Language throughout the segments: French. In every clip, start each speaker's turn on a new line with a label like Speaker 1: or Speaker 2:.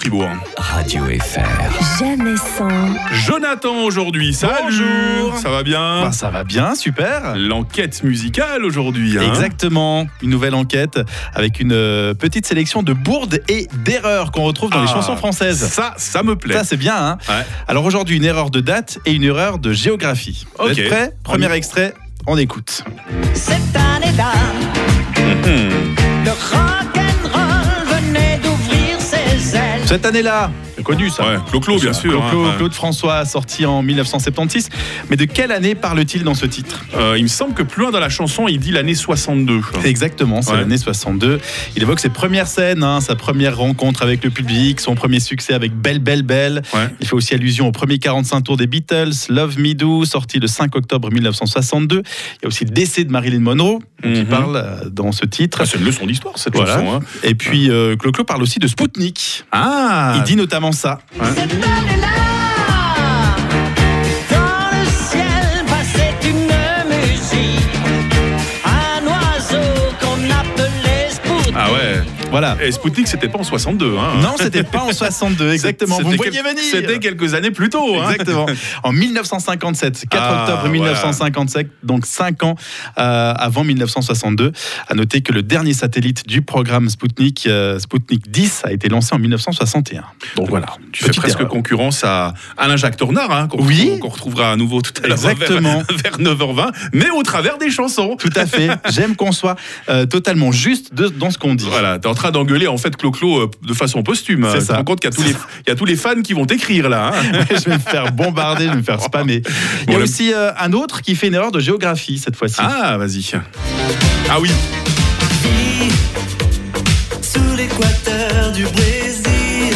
Speaker 1: Fribourg.
Speaker 2: Radio FR.
Speaker 3: Jamais sans,
Speaker 1: Jonathan aujourd'hui, salut
Speaker 4: Bonjour.
Speaker 1: Ça va bien
Speaker 4: Ben, ça va bien, super.
Speaker 1: L'enquête musicale aujourd'hui. hein
Speaker 4: Exactement, une nouvelle enquête avec une euh, petite sélection de bourdes et d'erreurs qu'on retrouve dans les
Speaker 1: Ah,
Speaker 4: chansons françaises.
Speaker 1: Ça, ça me plaît.
Speaker 4: Ça c'est bien, hein
Speaker 1: Ouais.
Speaker 4: Alors aujourd'hui, une erreur de date et une erreur de géographie. Vous
Speaker 1: Ok.
Speaker 4: êtes prêts Premier extrait, on écoute.
Speaker 5: Cette année-là,
Speaker 1: Hmm.
Speaker 5: le rock'n'roll venait d'ouvrir ses ailes.
Speaker 4: Cette année-là, c'est connu ça.
Speaker 1: Ouais, Clo-Clo, bien sûr. hein,
Speaker 4: Claude,
Speaker 1: ouais.
Speaker 4: Claude François, sorti en 1976. Mais de quelle année parle-t-il dans ce titre
Speaker 1: Euh, il me semble que plus loin dans la chanson, il dit l'année 62.
Speaker 4: Exactement, c'est
Speaker 1: Ah. Ouais.
Speaker 4: l'année 62. Il évoque ses premières scènes, hein, sa première rencontre avec le public, son premier succès avec Belle Belle Belle.
Speaker 1: Ouais.
Speaker 4: Il fait aussi allusion au premier 45 tours des Beatles, Love Me Do, sorti le 5 octobre 1962. Il y a aussi le décès de Marilyn Monroe, qui
Speaker 1: Mhm.
Speaker 4: parle euh, dans ce titre.
Speaker 1: Ah, c'est une leçon d'histoire cette
Speaker 4: Voilà.
Speaker 1: chanson. hein.
Speaker 4: Et puis, euh, Clo-Clo parle aussi de Spoutnik.
Speaker 1: Ah
Speaker 4: Il dit notamment ça.
Speaker 5: Cette année-là, dans le ciel passait une musique. Un oiseau qu'on appelait Spoutnik.
Speaker 1: Ah ouais.
Speaker 4: Voilà.
Speaker 1: Et Spoutnik, c'était pas en 62. Hein.
Speaker 4: Non, c'était pas en 62, exactement. Vous
Speaker 1: C'était
Speaker 4: me voyez
Speaker 1: quel-
Speaker 4: venir
Speaker 1: C'était quelques années plus tôt. hein.
Speaker 4: Exactement. En 1957, 4
Speaker 1: Ah,
Speaker 4: octobre 1957, donc 5 ans euh, avant 1962. À noter que le dernier satellite du programme Sputnik, euh, Sputnik 10, a été lancé en 1961. Donc voilà.
Speaker 1: Tu fais
Speaker 4: Petite
Speaker 1: presque
Speaker 4: erreur.
Speaker 1: concurrence à Alain-Jacques Tornard, hein, qu'on
Speaker 4: Oui.
Speaker 1: qu'on retrouvera à nouveau tout à l'heure vers,
Speaker 4: Exactement.
Speaker 1: vers 9h20, mais au travers des chansons.
Speaker 4: Tout à fait. J'aime qu'on soit euh, totalement juste de- dans ce qu'on dit.
Speaker 1: Voilà, t'es en train d'engueuler en fait Clo-Clo euh, de façon posthume.
Speaker 4: C'est
Speaker 1: Tu te
Speaker 4: ça.
Speaker 1: rends compte qu'il y, a tous les- il y a tous les fans qui vont t'écrire là. hein.
Speaker 4: je vais me faire bombarder, je vais me faire spammer. Il y
Speaker 1: Bon,
Speaker 4: a
Speaker 1: le-
Speaker 4: aussi euh, un autre qui fait une erreur de géographie cette fois-ci.
Speaker 1: Ah, vas-y. Ah oui,
Speaker 6: sous l'équateur du Brésil,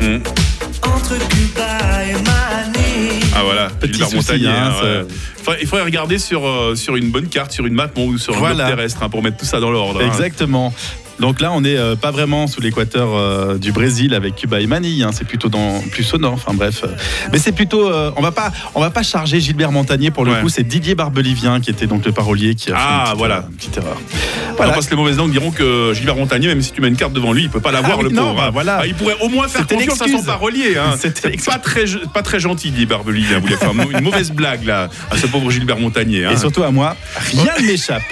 Speaker 1: Hmm.
Speaker 6: entre Cuba et Manille.
Speaker 1: ah voilà,
Speaker 4: Petit
Speaker 1: Gilbert
Speaker 4: souci,
Speaker 1: Montagnier,
Speaker 4: hein,
Speaker 1: ouais. Faudrait- Il faudrait regarder sur, euh, sur une bonne carte, sur une map bon, ou sur un
Speaker 4: Voilà.
Speaker 1: globe terrestre hein, pour mettre tout ça dans l'ordre. hein.
Speaker 4: Exactement. Donc là, on n'est euh, pas vraiment sous l'équateur euh, du Brésil avec Cuba et Manille. hein. c'est plutôt dans plus au nord. Enfin bref, euh, mais c'est plutôt. euh, on va pas, on va pas charger Gilbert Montagnier pour le
Speaker 1: Ouais.
Speaker 4: coup. C'est Didier Barbelivien qui était donc le parolier qui a fait
Speaker 1: Ah,
Speaker 4: une petite,
Speaker 1: voilà. Ah,
Speaker 4: euh, une petite erreur.
Speaker 1: Voilà.
Speaker 4: Voilà.
Speaker 1: parce que les mauvaises langues diront que Gilbert Montagnier, même si tu mets une carte devant lui, il peut pas la voir
Speaker 4: Ah
Speaker 1: le
Speaker 4: oui, non,
Speaker 1: pauvre.
Speaker 4: bah,
Speaker 1: hein.
Speaker 4: voilà.
Speaker 1: Ah, il pourrait au moins faire
Speaker 4: C'était
Speaker 1: confiance à son
Speaker 4: l'excuse.
Speaker 1: parolier. hein.
Speaker 4: C'était
Speaker 1: C'est
Speaker 4: l'excuse.
Speaker 1: pas très, je- pas très gentil, dit Barbeli. Vous voulez faire une mauvaise blague là à ce pauvre Gilbert Montagnier. hein.
Speaker 4: Et surtout à moi, rien ne m'échappe.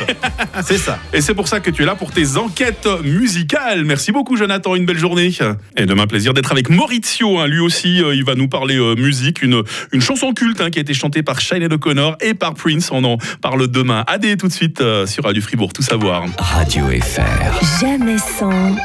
Speaker 4: C'est ça.
Speaker 1: Et c'est pour ça que tu es là pour tes enquêtes musicales. Merci beaucoup, Jonathan. Une belle journée. Et demain, plaisir d'être avec Maurizio. hein. Lui aussi, euh, il va nous parler euh, musique. Une, une chanson culte hein, qui a été chantée par Shane O'Connor et par Prince. On en parle demain. Adé, tout de suite euh, sur Radio Fribourg. Tout savoir.
Speaker 2: Radio FR.
Speaker 3: jamais sans.